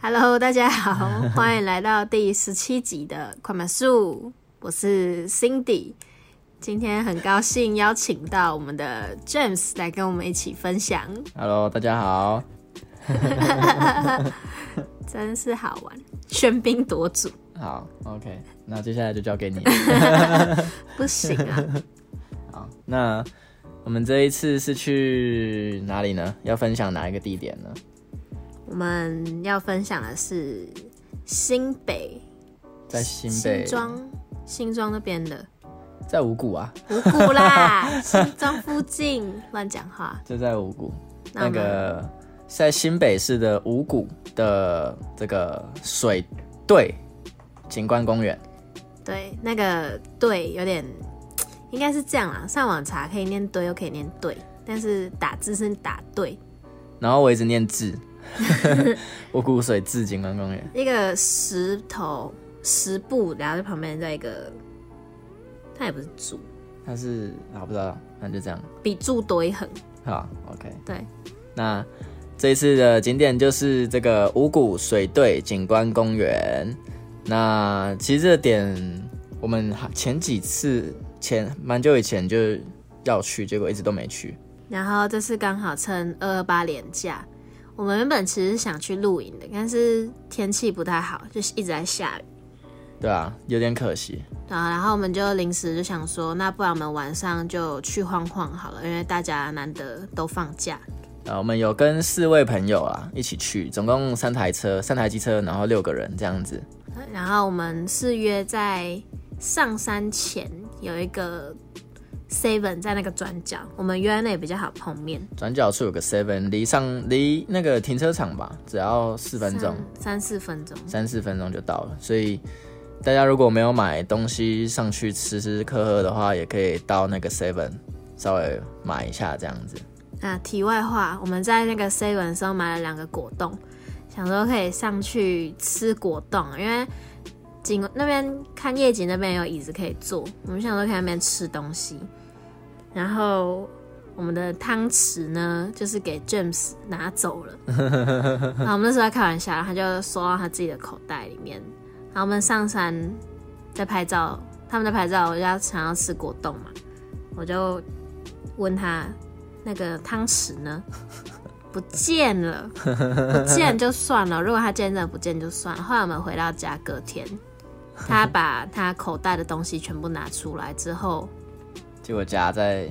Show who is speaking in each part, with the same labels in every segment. Speaker 1: Hello，大家好， 欢迎来到第十七集的快马树，我是 Cindy。今天很高兴邀请到我们的 James 来跟我们一起分享，
Speaker 2: Hello，大家好。
Speaker 1: 真是好玩，喧宾夺主，
Speaker 2: 好，OK，那接下来就交给你。
Speaker 1: 不行啊！
Speaker 2: 好，那我们这一次是去哪里呢？要分享哪一个地点呢？
Speaker 1: 我们要分享的是新北、
Speaker 2: 在新北，
Speaker 1: 庄、新庄那边的
Speaker 2: 在五股啊，
Speaker 1: 五股 啦，新庄附近乱讲话。
Speaker 2: 就在五股
Speaker 1: 那
Speaker 2: 那个在新北市的五股的这个水对景观公园。
Speaker 1: 对，那个对有点，应该是这样啦。上网查可以念对，又可以念对，但是打字是打对。
Speaker 2: 然后我一直念 志，五股水志景观公园。
Speaker 1: 一个石头石步，然后在旁边再一个，它也不是柱，
Speaker 2: 它是啊，不知道，那就这样。
Speaker 1: 比柱多一横。
Speaker 2: 好，OK。
Speaker 1: 对，
Speaker 2: 那这一次的景点就是这个五谷水对景观公园。那其实这个点我们还前几次前蛮久以前就要去，结果一直都没去。
Speaker 1: 然后这次刚好趁二二八连假，我们原本其实是想去露营的，但是天气不太好，就是一直在下雨。
Speaker 2: 对啊，有点可惜。
Speaker 1: 然后，然后我们就临时就想说，那不然我们晚上就去晃晃好了，因为大家难得都放假。
Speaker 2: 啊，我们有跟四位朋友啊一起去，总共三台车，三台机车，然后六个人这样子。
Speaker 1: 然后我们是约在上山前有一个 Seven 在那个转角，我们约在那里比较好碰面。
Speaker 2: 转角处有个 Seven，离上离那个停车场吧，只要四分钟。
Speaker 1: 三三四分钟，
Speaker 2: 三四分钟就到了，所以大家如果没有买东西上去吃吃喝喝的话，也可以到那个 Seven 稍微买一下这样子。
Speaker 1: 那题外话，我们在那个 Seven 的时候买了两个果冻，想说可以上去吃果冻，因为景那边看夜景那边有椅子可以坐，我们想说可以在那边吃东西。然后我们的汤匙呢，就是给 James 拿走了。然后我们那时候在开玩笑，然后他就收到他自己的口袋里面。然后我们上山在拍照，他们在拍照，我就要想要吃果冻嘛，我就问他那个汤匙呢？ 不见了，不见就算了。如果他今天真的不见就算了。后来我们回到家，隔天他把他口袋的东西全部拿出来之后，
Speaker 2: 结果夹在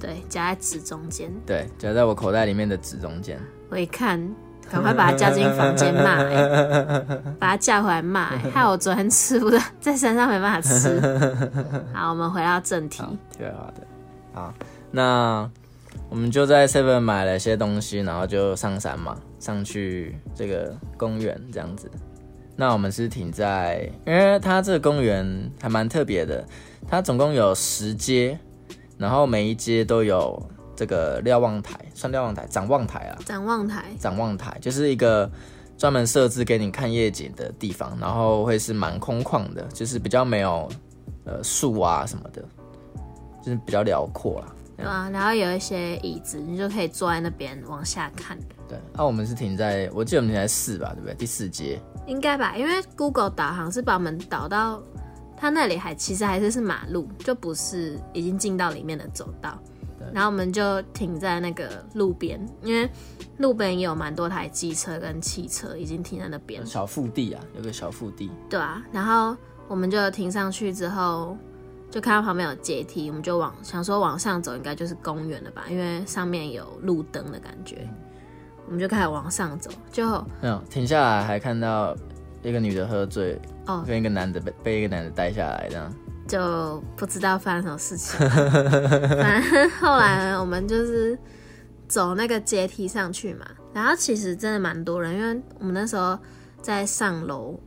Speaker 1: 对，夹在纸中间。
Speaker 2: 对夹在我口袋里面的纸中间，
Speaker 1: 我一看，赶快把他叫进房间骂、欸，把他叫回来骂、欸，害我昨天吃不到， 在山上没办法吃。好，我们回到正题，
Speaker 2: 挺好的。好，啊那我们就在 Seven 买了些东西，然后就上山嘛，上去这个公园这样子。那我们是停在，因为它这个公园还蛮特别的，它总共有十阶，然后每一阶都有这个瞭望台，算瞭望台、展望台啊，
Speaker 1: 展望台，
Speaker 2: 展望台就是一个专门设置给你看夜景的地方，然后会是蛮空旷的，就是比较没有呃树啊什么的，就是比较辽阔啦。
Speaker 1: 对啊，然后有一些椅子，你就可以坐在那边往下看。
Speaker 2: 对，那、啊、我们是停在，我记得我们停在四吧，对不对？第四街，
Speaker 1: 应该吧，因为 Google 导航是把我们导到它那里还其实还是是马路，就不是已经进到里面的走道。然后我们就停在那个路边，因为路边也有蛮多台机车跟汽车已经停在那边
Speaker 2: 有，小腹地啊，有个小腹地，
Speaker 1: 对啊。然后我们就停上去之后，就看到旁边有阶梯，我们就往想说往上走应该就是公园了吧，因为上面有路灯的感觉，我们就开始往上走，就
Speaker 2: 没有嗯停下来还看到一个女的喝醉，
Speaker 1: 哦
Speaker 2: 跟一个男的被被一个男的带下来这样。
Speaker 1: 就不知道发生什么事情。 反正后来我们就是走那个阶梯上去嘛，然后其实真的蛮多人，因为我们那时候在上楼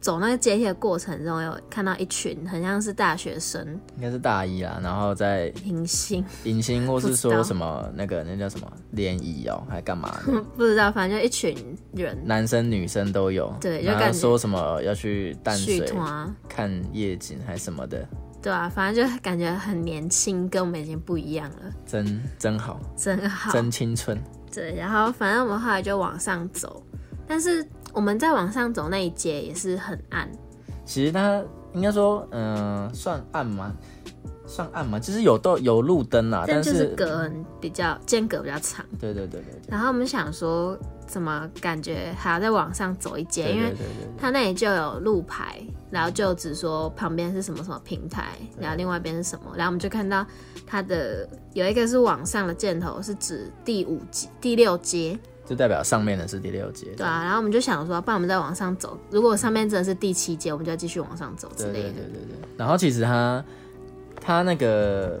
Speaker 1: 走那个阶梯的过程中，有看到一群很像是大学生
Speaker 2: 应该是大一啦，然后在
Speaker 1: 迎新，
Speaker 2: 迎新或
Speaker 1: 不
Speaker 2: 是
Speaker 1: 知道
Speaker 2: 说什么那个那叫什么联谊哦，还干嘛的？
Speaker 1: 不知道，反正就一群人
Speaker 2: 男生女生都有，
Speaker 1: 对就
Speaker 2: 然
Speaker 1: 感觉
Speaker 2: 后
Speaker 1: 啊
Speaker 2: 说什么要去淡
Speaker 1: 续
Speaker 2: 水
Speaker 1: 团，
Speaker 2: 看夜景还什么的，
Speaker 1: 对啊，反正就感觉很年轻，跟我们已经不一样了，
Speaker 2: 真真好，
Speaker 1: 真好，
Speaker 2: 真青春。
Speaker 1: 对，然后反正我们后来就往上走，但是我们再往上走那一节也是很暗，
Speaker 2: 其实它应该说，嗯、算暗吗？算暗吗？就是有都有路灯啦，啊但
Speaker 1: 但就是隔很比较间隔比较长。
Speaker 2: 对对对对对
Speaker 1: 然后我们想说，怎么感觉还要再往上走一阶？
Speaker 2: 对
Speaker 1: 因
Speaker 2: 对
Speaker 1: 为
Speaker 2: 对对，
Speaker 1: 它那里就有路牌，然后就只说旁边是什么什么平台，然后另外一边是什么，然后我们就看到它的有一个是往上的箭头，是指第五阶、第六阶，
Speaker 2: 就代表上面的是第六节。
Speaker 1: 对啊。然后我们就想说，不然我们再往上走，如果上面真的是第七阶，我们就要继续往上走之
Speaker 2: 对
Speaker 1: 类
Speaker 2: 对对
Speaker 1: 的。
Speaker 2: 对对。然后其实它它那个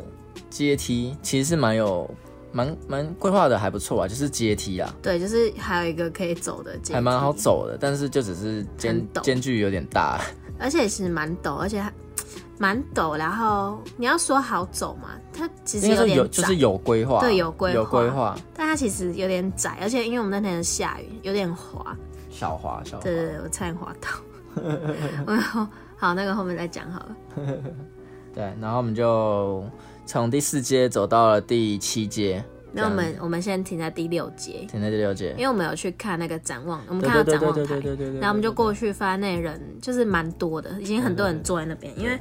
Speaker 2: 阶梯其实是蛮有蛮蛮规划的，还不错啊，就是阶梯啊，
Speaker 1: 对，就是还有一个可以走的阶梯，
Speaker 2: 还蛮好走的，但是就只是间
Speaker 1: 很陡
Speaker 2: 间距有点大。
Speaker 1: 而且其实蛮陡，而且它蛮陡。然后你要说好走嘛，它其实
Speaker 2: 应该说
Speaker 1: 点
Speaker 2: 有
Speaker 1: 窄，
Speaker 2: 就是有规划，
Speaker 1: 对有规划
Speaker 2: 有规划，
Speaker 1: 但它其实有点窄，而且因为我们那天下雨，有点滑。
Speaker 2: 哦小滑小滑。
Speaker 1: 对对对，我差点滑 倒。然后好，那个后面再讲好了。
Speaker 2: 对，然后我们就从第四阶走到了第七阶，
Speaker 1: 那我们我们先停在第六节，
Speaker 2: 停在第六阶
Speaker 1: 因。为我们有去看那个展望，我们
Speaker 2: 对
Speaker 1: 看到
Speaker 2: 对对
Speaker 1: 展
Speaker 2: 对
Speaker 1: 望
Speaker 2: 对对
Speaker 1: 台，
Speaker 2: 对对对。
Speaker 1: 然后我们就过
Speaker 2: 去。
Speaker 1: 去，发现那人就是蛮多的，已经很多人坐在那边，因为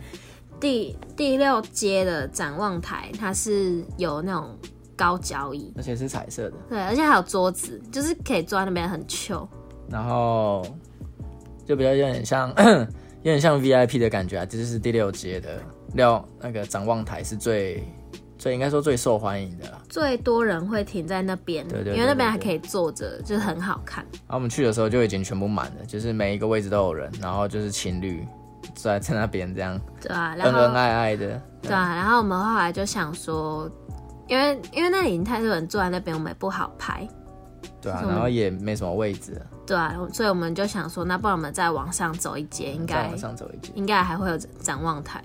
Speaker 1: 第第六街的展望台它是有那种高脚椅，
Speaker 2: 而且是彩色的，
Speaker 1: 对，而且还有桌子，就是可以坐在那边很 chill。
Speaker 2: 然后就比较有点像 有点像 VIP 的感觉啊，这就是第六阶的料那个展望台是最最应该说最受欢迎的啦。
Speaker 1: 最多人会停在那边，
Speaker 2: 对对对
Speaker 1: 因为那边
Speaker 2: 对
Speaker 1: 还
Speaker 2: 对
Speaker 1: 可以坐着，就是很好看。
Speaker 2: 然后我们去的时候就已经全部满了，就是每一个位置都有人，然后就是情侣在在那边这样
Speaker 1: 对啊，然
Speaker 2: 恩恩
Speaker 1: 后
Speaker 2: 爱爱的。
Speaker 1: 对啊，然后我们后来就想说，因为因为那里已经太多人坐在那边，我们也不好拍，
Speaker 2: 对啊
Speaker 1: 就，是我们
Speaker 2: 然后也没什么位置了，
Speaker 1: 对啊，所以我们就想说，那不然我们再往上走一节，应
Speaker 2: 再
Speaker 1: 该
Speaker 2: 往上走一阶。
Speaker 1: 应该还会有展望台，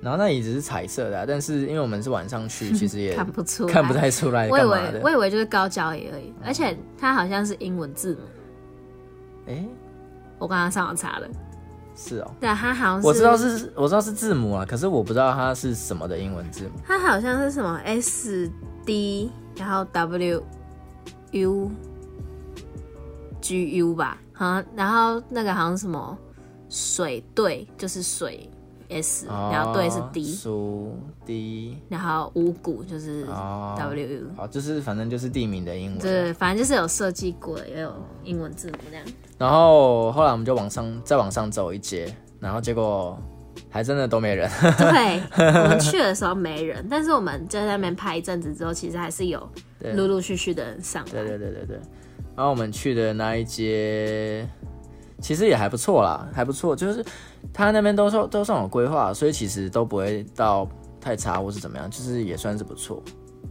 Speaker 2: 然后那椅子是彩色的、啊，但是因为我们是晚上去，其实也
Speaker 1: 看不出来，
Speaker 2: 看不太出来
Speaker 1: 我以
Speaker 2: 干嘛
Speaker 1: 为
Speaker 2: 的。嗯
Speaker 1: 我以为就是高脚椅而已，而且它好像是英文字母，
Speaker 2: 哎、
Speaker 1: 我刚刚上网查了，
Speaker 2: 是哦，
Speaker 1: 对啊，它好像是
Speaker 2: 我知道是我知道是字母啊，可是我不知道它是什么的英文字母。
Speaker 1: 它好像是什么 S D，然后 W U G U 吧，好像，然后那个好像是什么水队，就是水 S，、然
Speaker 2: 哦
Speaker 1: 后队是 D，
Speaker 2: 苏 D
Speaker 1: 然后五谷就是
Speaker 2: 哦
Speaker 1: W U，、
Speaker 2: 好，就是反正就是地名的英文。
Speaker 1: 对，反正就是有设计过，也有英文字母那样。
Speaker 2: 然后后来我们就往上再往上走一阶，然后结果还真的都没人。
Speaker 1: 对，我们去的时候没人，但是我们就在那边拍一阵子之后，其实还是有
Speaker 2: 对
Speaker 1: 陆陆续续的人上来。
Speaker 2: 对对对对对。然后我们去的那一街，其实也还不错啦，还不错，就是他那边都算都算有规划，所以其实都不会到太差或是怎么样，就是也算是不错。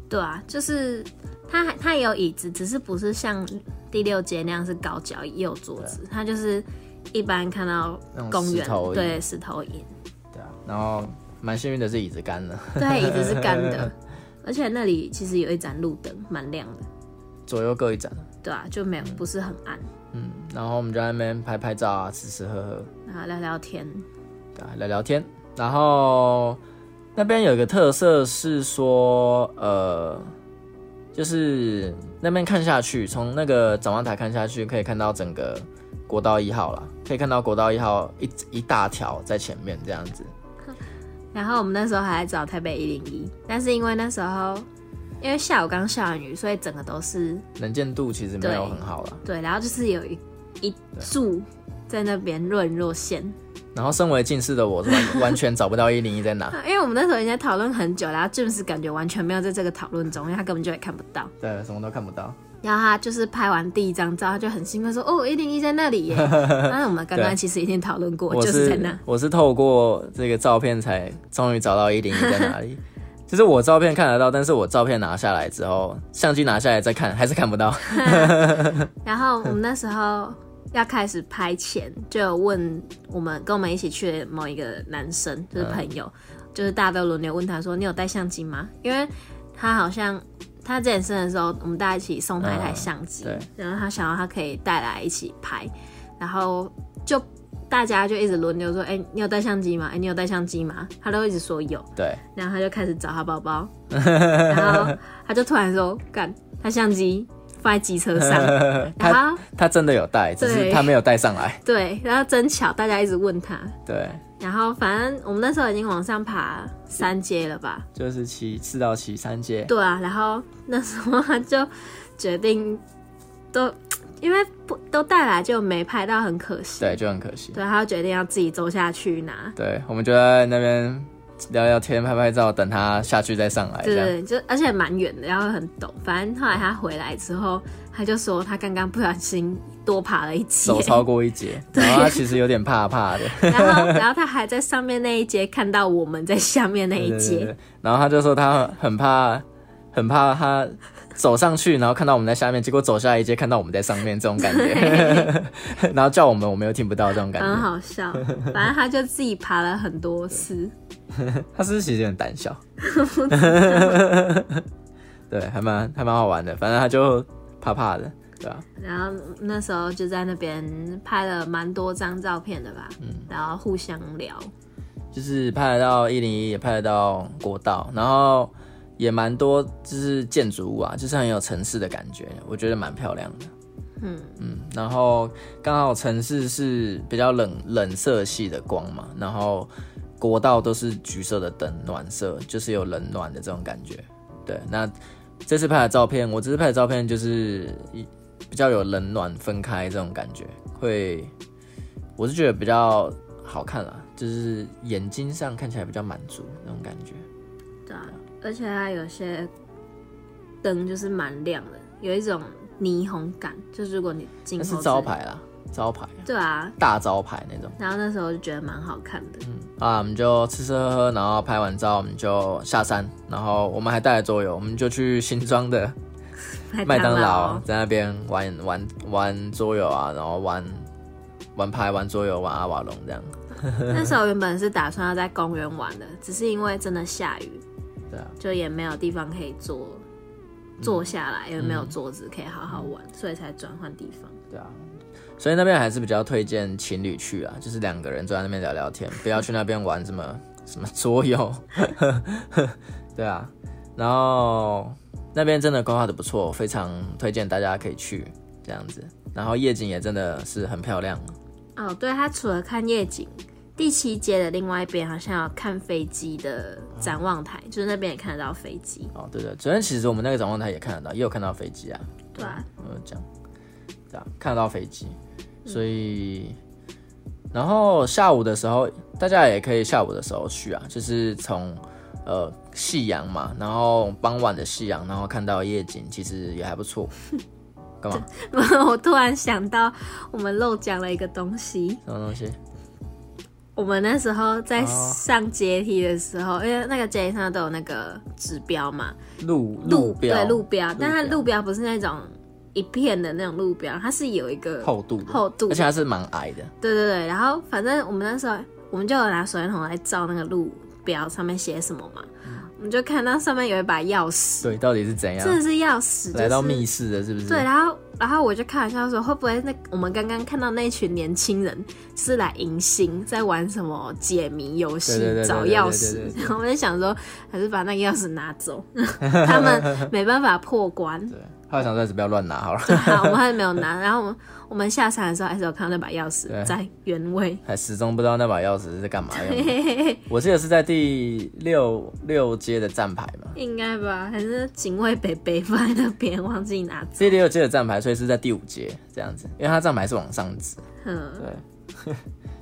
Speaker 1: 对啊，就是它还它也有椅子，只是不是像第六节那样是高脚椅，也有桌子，它就是一般看到
Speaker 2: 那种
Speaker 1: 公
Speaker 2: 石
Speaker 1: 园
Speaker 2: 头椅
Speaker 1: 对石头椅，
Speaker 2: 对啊，然后蛮幸运的是椅子干了，
Speaker 1: 对椅子是干 的，而且那里其实有一盏路灯，蛮亮的，
Speaker 2: 左右各一盏。
Speaker 1: 对啊，就没有不是很暗，
Speaker 2: 嗯，然后我们就在那边拍拍照啊，吃吃喝喝，
Speaker 1: 然后聊聊天，
Speaker 2: 对啊，聊聊天。然后那边有一个特色是说，呃，就是那边看下去，从那个展望台看下去，可以看到整个国道一号啦，可以看到国道一号一一大条在前面这样子。
Speaker 1: 然后我们那时候还在找台北一零一，但是因为那时候因为下午刚下完雨，所以整个都是
Speaker 2: 能见度其实没有
Speaker 1: 对
Speaker 2: 很好啦。
Speaker 1: 对，然后就是有一一柱在那边若隐若现，
Speaker 2: 然后身为近视的我，是完完全找不到一零一在哪。
Speaker 1: 啊因为我们那时候已经在讨论很久，然后 James 感觉完全没有在这个讨论中，因为他根本就也看不到。
Speaker 2: 对，什么都看不到。
Speaker 1: 然后他就是拍完第一张照，他就很兴奋说：“哦，一零一在那 里耶！”但是我们刚刚
Speaker 2: 对
Speaker 1: 其实已经讨论过，
Speaker 2: 我
Speaker 1: 就是在那。
Speaker 2: 我是透过这个照片才终于找到一零一在哪里。就是我照片看得到，但是我照片拿下来之后，相机拿下来再看，还是看不到。
Speaker 1: 然后我们那时候要开始拍前，就有问我们跟我们一起去的某一个男生，就是朋友，就是大家都轮流问他说：“你有带相机吗？”因为他好像他之前生的时候，我们大家一起送他一台相机，
Speaker 2: 嗯
Speaker 1: 然后他想要他可以带来一起拍，然后就大家就一直轮流说：“哎、你有带相机吗？哎、你有带相机吗？”他都一直说有，
Speaker 2: 对，，
Speaker 1: 然后他就开始找他包包，然后他就突然说：“干，他相机放在机车上
Speaker 2: 他
Speaker 1: 然后
Speaker 2: 他真的有带，只是
Speaker 1: 对
Speaker 2: 他没有带上来。
Speaker 1: 啊对，然后真巧，大家一直问他，
Speaker 2: 对，
Speaker 1: 然后反正我们那时候已经往上爬三阶了吧？
Speaker 2: 就是骑四到骑三阶。
Speaker 1: 对啊，然后那时候他就决定都因为不都带来就没拍到，很可惜。
Speaker 2: 对，就很可惜。
Speaker 1: 对，他就决定要自己走下去拿。
Speaker 2: 对，我们就在那边聊聊天、拍拍照，等他下去再上来。这样
Speaker 1: 对，就而且蛮远的，然后很陡。反正后来他回来之后，他就说他刚刚不小心多爬了一阶，
Speaker 2: 手超过一节，然后他其实有点怕怕的。
Speaker 1: 然后然后他还在上面那一阶看到我们在下面那一
Speaker 2: 对对
Speaker 1: 阶，
Speaker 2: 对然后他就说他很怕，很怕他走上去，然后看到我们在下面，结果走下一阶看到我们在上面，这种感 觉。然后叫我们，我们又听不到这种感
Speaker 1: 很
Speaker 2: 觉。
Speaker 1: 好 笑。反正他就自己爬了很多次，
Speaker 2: 他是不是其实很胆 小？对，还蛮还蛮好玩的，反正他就怕怕的，对吧、
Speaker 1: 然后那时候就在那边拍了蛮多张照片的吧，
Speaker 2: 嗯
Speaker 1: 然后互相聊。
Speaker 2: 就是拍得到一零一，也拍得到国道，然后也蛮多就是建筑物啊，就是很有城市的感觉，我觉得蛮漂亮的。
Speaker 1: 嗯
Speaker 2: 嗯，然后刚好城市是比较冷冷色系的光嘛，然后国道都是橘色的灯，暖色就是有冷暖的这种感觉。对，那这次拍的照片，我这次拍的照片就是一比较有冷暖分开这种感觉，会我是觉得比较好看啦，就是眼睛上看起来比较满足那种感觉。
Speaker 1: 对啊，而且它有些灯就是蛮亮的，有一种霓虹感，就是如果你镜
Speaker 2: 那
Speaker 1: 头
Speaker 2: 是
Speaker 1: 是
Speaker 2: 招，牌啦，招牌
Speaker 1: 对啊。
Speaker 2: 大招牌那种。
Speaker 1: 然后那时候就觉得蛮好看的，
Speaker 2: 啊，我们就吃吃喝喝，然后拍完照我们就下山，然后我们还带了桌游，我们就去新庄的麦当劳，在那边玩玩玩桌游啊，然后玩玩牌、玩桌游、玩阿瓦隆这样。
Speaker 1: 那时候原本是打算要在公园玩的，只是因为真的下雨，
Speaker 2: 对啊，
Speaker 1: 就也没有地方可以坐，坐下来也没有桌子可以好好
Speaker 2: 嗯
Speaker 1: 玩，所以才转换地方。
Speaker 2: 对啊，所以那边还是比较推荐情侣去啊，就是两个人坐在那边聊聊天，不要去那边玩什么什么桌游。 对啊，然后那边真的规划的不错，非常推荐大家可以去这样子。然后夜景也真的是很漂亮，
Speaker 1: 哦，对，它除了看夜景，第七街的另外一边好像有看飞机的展望台，就是那边也看得到飞机。
Speaker 2: 哦，对对，昨天其实我们那个展望台也看得到，也有看到飞机啊，
Speaker 1: 对啊，
Speaker 2: 我有讲，对啊，看得到飞机，
Speaker 1: 嗯
Speaker 2: 所以，然后下午的时候，大家也可以下午的时候去啊，就是从呃夕阳嘛，然后傍晚的夕阳，然后看到夜景，其实也还 不错。干嘛？
Speaker 1: 我突然想到，我们漏讲了一个东西。
Speaker 2: 什么东西？
Speaker 1: 我们那时候在
Speaker 2: 哦
Speaker 1: 上阶梯的时候，因为那个阶梯上都有那个指标嘛，
Speaker 2: 路标？
Speaker 1: 对路标，但它
Speaker 2: 标
Speaker 1: 路标不是那种一片的那种路标，它是有一个
Speaker 2: 厚度的
Speaker 1: 厚度
Speaker 2: 而且它是蛮矮的。
Speaker 1: 对对对，然后反正我们那时候我们就有拿手电筒来照那个路标上面写什么嘛，我们就看到上面有一把钥匙，
Speaker 2: 嗯对，到底是怎样？
Speaker 1: 真的是钥匙，就是
Speaker 2: 来到密室的，是不是？
Speaker 1: 对，啊然后然后我就开玩笑说，会不会那我们刚刚看到那群年轻人是来迎新，在玩什么解谜游戏
Speaker 2: 对对对对
Speaker 1: 找
Speaker 2: 对对
Speaker 1: 钥
Speaker 2: 对
Speaker 1: 匙
Speaker 2: 对对？
Speaker 1: 然后我就想说，还是把那个钥匙拿 走，他们没办法破关。
Speaker 2: 对，他想暂时不要乱拿好了，
Speaker 1: 好， 我们还没有拿。然后我们我们下山的时候，还是有看到那把钥
Speaker 2: 对
Speaker 1: 匙在原位。
Speaker 2: 还始终不知道那把钥匙是干嘛用的
Speaker 1: 嘿。嘿嘿嘿
Speaker 2: 我记得是在第六六街的站牌嘛，
Speaker 1: 应该吧，还是警卫北北放在那边忘记拿走。
Speaker 2: 第六街的站牌，所以是在第五街这样子，因为它站牌是往上指，
Speaker 1: 嗯，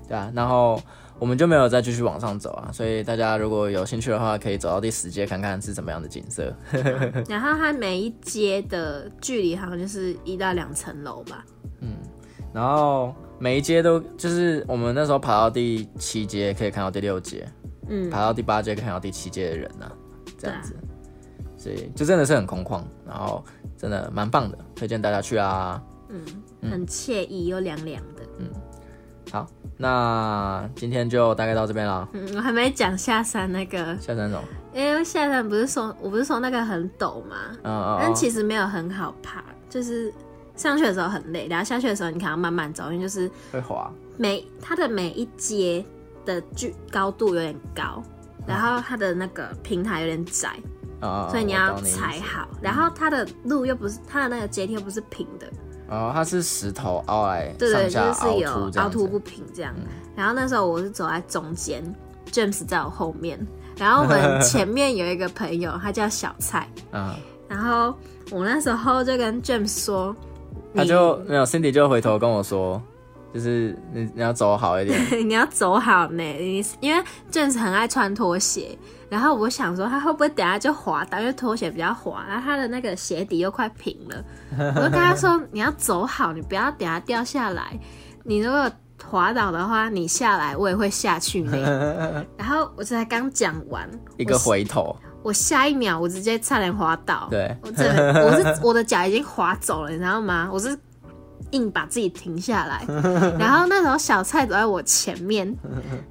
Speaker 2: 对 啊，然后我们就没有再继续往上走啊，所以大家如果有兴趣的话，可以走到第十街看看是怎么样的景色。
Speaker 1: 然后它每一阶的距离好像就是一到两层楼吧。
Speaker 2: 然后每一街都就是我们那时候爬到第七街可以看到第六街，
Speaker 1: 嗯，
Speaker 2: 爬到第八街可以看到第七街的人呐、啊，这样
Speaker 1: 对啊
Speaker 2: 子，所以就真的是很空旷，然后真的蛮棒的，推荐大家去啊。
Speaker 1: 嗯很惬意又凉凉的。
Speaker 2: 好，那今天就大概到这边啦。
Speaker 1: 嗯，我还没讲下山那个，
Speaker 2: 下山走，
Speaker 1: 因为下山不是说我不是说那个很陡嘛，
Speaker 2: 嗯嗯，
Speaker 1: 但其
Speaker 2: 实
Speaker 1: 实没有很好爬，就是上去的时候很累，然后下去的时候你可能要慢慢走，因为就是
Speaker 2: 会滑，
Speaker 1: 每它的每一阶
Speaker 2: 嗯
Speaker 1: 的距高度有点高，然后它的那个平台有点窄，
Speaker 2: 啊，
Speaker 1: 所以你
Speaker 2: 我
Speaker 1: 要
Speaker 2: 懂你意思
Speaker 1: 踩好。然后它的路又不是它的那个阶梯又不是平的，
Speaker 2: 哦，它是石头凹来
Speaker 1: 对对，
Speaker 2: 上
Speaker 1: 就
Speaker 2: 下
Speaker 1: 是
Speaker 2: 凹
Speaker 1: 有
Speaker 2: 凸这
Speaker 1: 凹
Speaker 2: 样
Speaker 1: 凸
Speaker 2: 子嗯
Speaker 1: 不平这样。然后那时候我是走在中间，James 在我后面，然后我们前面有一个朋友，他叫小蔡，
Speaker 2: 啊，
Speaker 1: 然后我那时候就跟 James 说，
Speaker 2: 他
Speaker 1: 你
Speaker 2: 就没有 Cindy 就回头跟我说，就是你你要走 好一点，
Speaker 1: 你要走好呢，你因为 James 很爱穿拖鞋，然后我想说他会不会等下就滑倒，因为拖鞋比较滑，然后他的那个鞋底又快平了，我就 跟他说你要走好，你不要等下掉下来，你如果滑倒的话，你下来我也会下去呢。 然后我才刚讲完，
Speaker 2: 一个回头，
Speaker 1: 我下一秒我直接差点滑倒，
Speaker 2: 对，
Speaker 1: 我真的 我是我的脚已经滑走了，你知道吗？我是硬把自己停下 来，然后那时候小蔡走在我前面，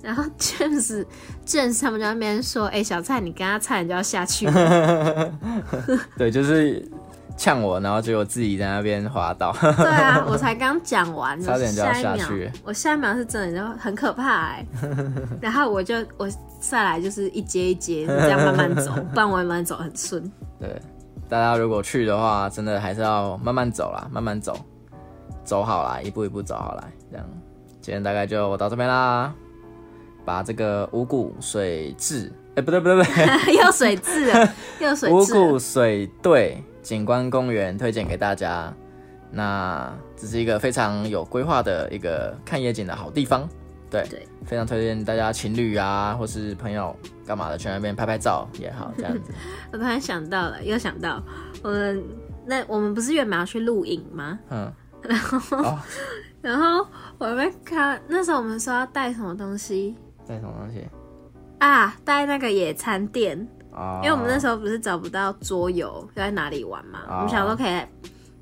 Speaker 1: 然后 James James 他们就在那边说：“哎、小蔡，你刚刚差点就要下去 了。
Speaker 2: 对，就是呛我，然后结果自己在那边滑倒，”
Speaker 1: 对啊，我才刚讲完，
Speaker 2: 差点就要
Speaker 1: 下一秒
Speaker 2: 下去，
Speaker 1: 我下一秒是真的就很可怕 哎、然后我就我再来就是一阶一阶这样慢慢走，不然我也慢慢走很顺。
Speaker 2: 对，大家如果去的话，真的还是要慢慢走啦，慢慢走，走好啦，一步一步走好来，这样。今天大概就到这边啦，把这个五谷水质，哎、不对不对不对，
Speaker 1: 又水渍了，又 水
Speaker 2: 五
Speaker 1: 渍了。
Speaker 2: 谷水对景观公园推荐给大家。那这是一个非常有规划的一个看夜景的好地方，对，
Speaker 1: 对
Speaker 2: 非常推荐大家情侣啊，或是朋友干嘛的去那边拍拍照也好，这样 子。
Speaker 1: 我突然想到了，又想到我们那我们不是原本要去露营吗？
Speaker 2: 嗯，
Speaker 1: 然后我们看那时候我们说要带什么东西
Speaker 2: 带什么东西？
Speaker 1: 啊？带那个野餐垫，
Speaker 2: 啊、
Speaker 1: 因为我们那时候不是找不到桌游要在哪里玩嘛，
Speaker 2: 哦
Speaker 1: 我们想说可以，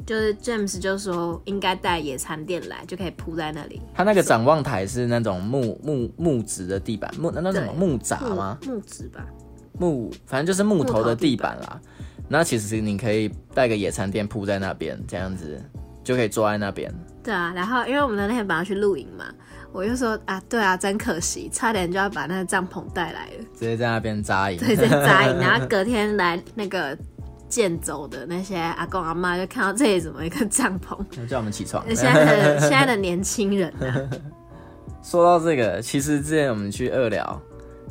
Speaker 1: 就是 James 就说应该带野餐垫来，就可以铺在那里。
Speaker 2: 它那个展望台是那种木木木质的地板，木那那
Speaker 1: 对
Speaker 2: 什么木闸
Speaker 1: 木
Speaker 2: 啊吗？
Speaker 1: 木质吧，
Speaker 2: 木反正就是木头
Speaker 1: 木头
Speaker 2: 的
Speaker 1: 地
Speaker 2: 地板啦。那其实你可以带个野餐垫铺在那边，这样子就可以坐在那边。
Speaker 1: 对啊。然后因为我们那天本来要去露营嘛，我就说啊，对啊，真可惜，差点就要把那个帐篷带来了。
Speaker 2: 直接在那边扎营。
Speaker 1: 对，在扎营，然后隔天来那个健走的那些阿公阿妈就看到这里怎么一个帐篷，
Speaker 2: 叫我们起床。
Speaker 1: 现在的现在的年轻人啊，
Speaker 2: 说到这个，其实之前我们去二寮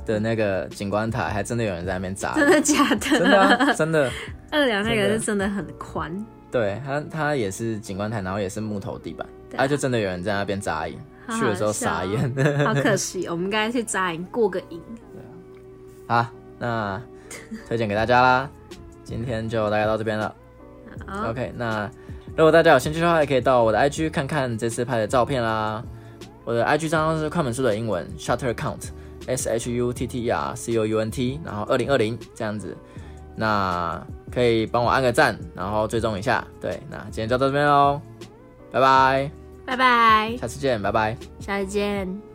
Speaker 2: 的那个景观台，还真的有人在那边扎营
Speaker 1: 真，的假
Speaker 2: 真的
Speaker 1: 的？
Speaker 2: 啊真的。
Speaker 1: 二两那个是真的很宽，
Speaker 2: 对，它它也是景观台，然后也是木头地板，
Speaker 1: 对啊
Speaker 2: 啊，就真的有人在那边扎营。
Speaker 1: 好好
Speaker 2: 去的时候
Speaker 1: 笑
Speaker 2: 傻
Speaker 1: 哦
Speaker 2: 眼。
Speaker 1: 好可惜，我们应该去扎营过个营。
Speaker 2: 好，那推荐给大家啦。今天就大概到这边了。
Speaker 1: 好，
Speaker 2: OK，那如果大家有兴趣的话，也可以到我的 IG 看看这次拍的照片啦。我的 IG 账号是快本书的英文 Shutter Count S H U T T E R C O U N T，然后二零二零这样子。那可以帮我按个赞，然后追踪一下。对，那今天就到这边喽，拜拜，
Speaker 1: 拜拜，
Speaker 2: 下次见，拜拜。
Speaker 1: 下次见。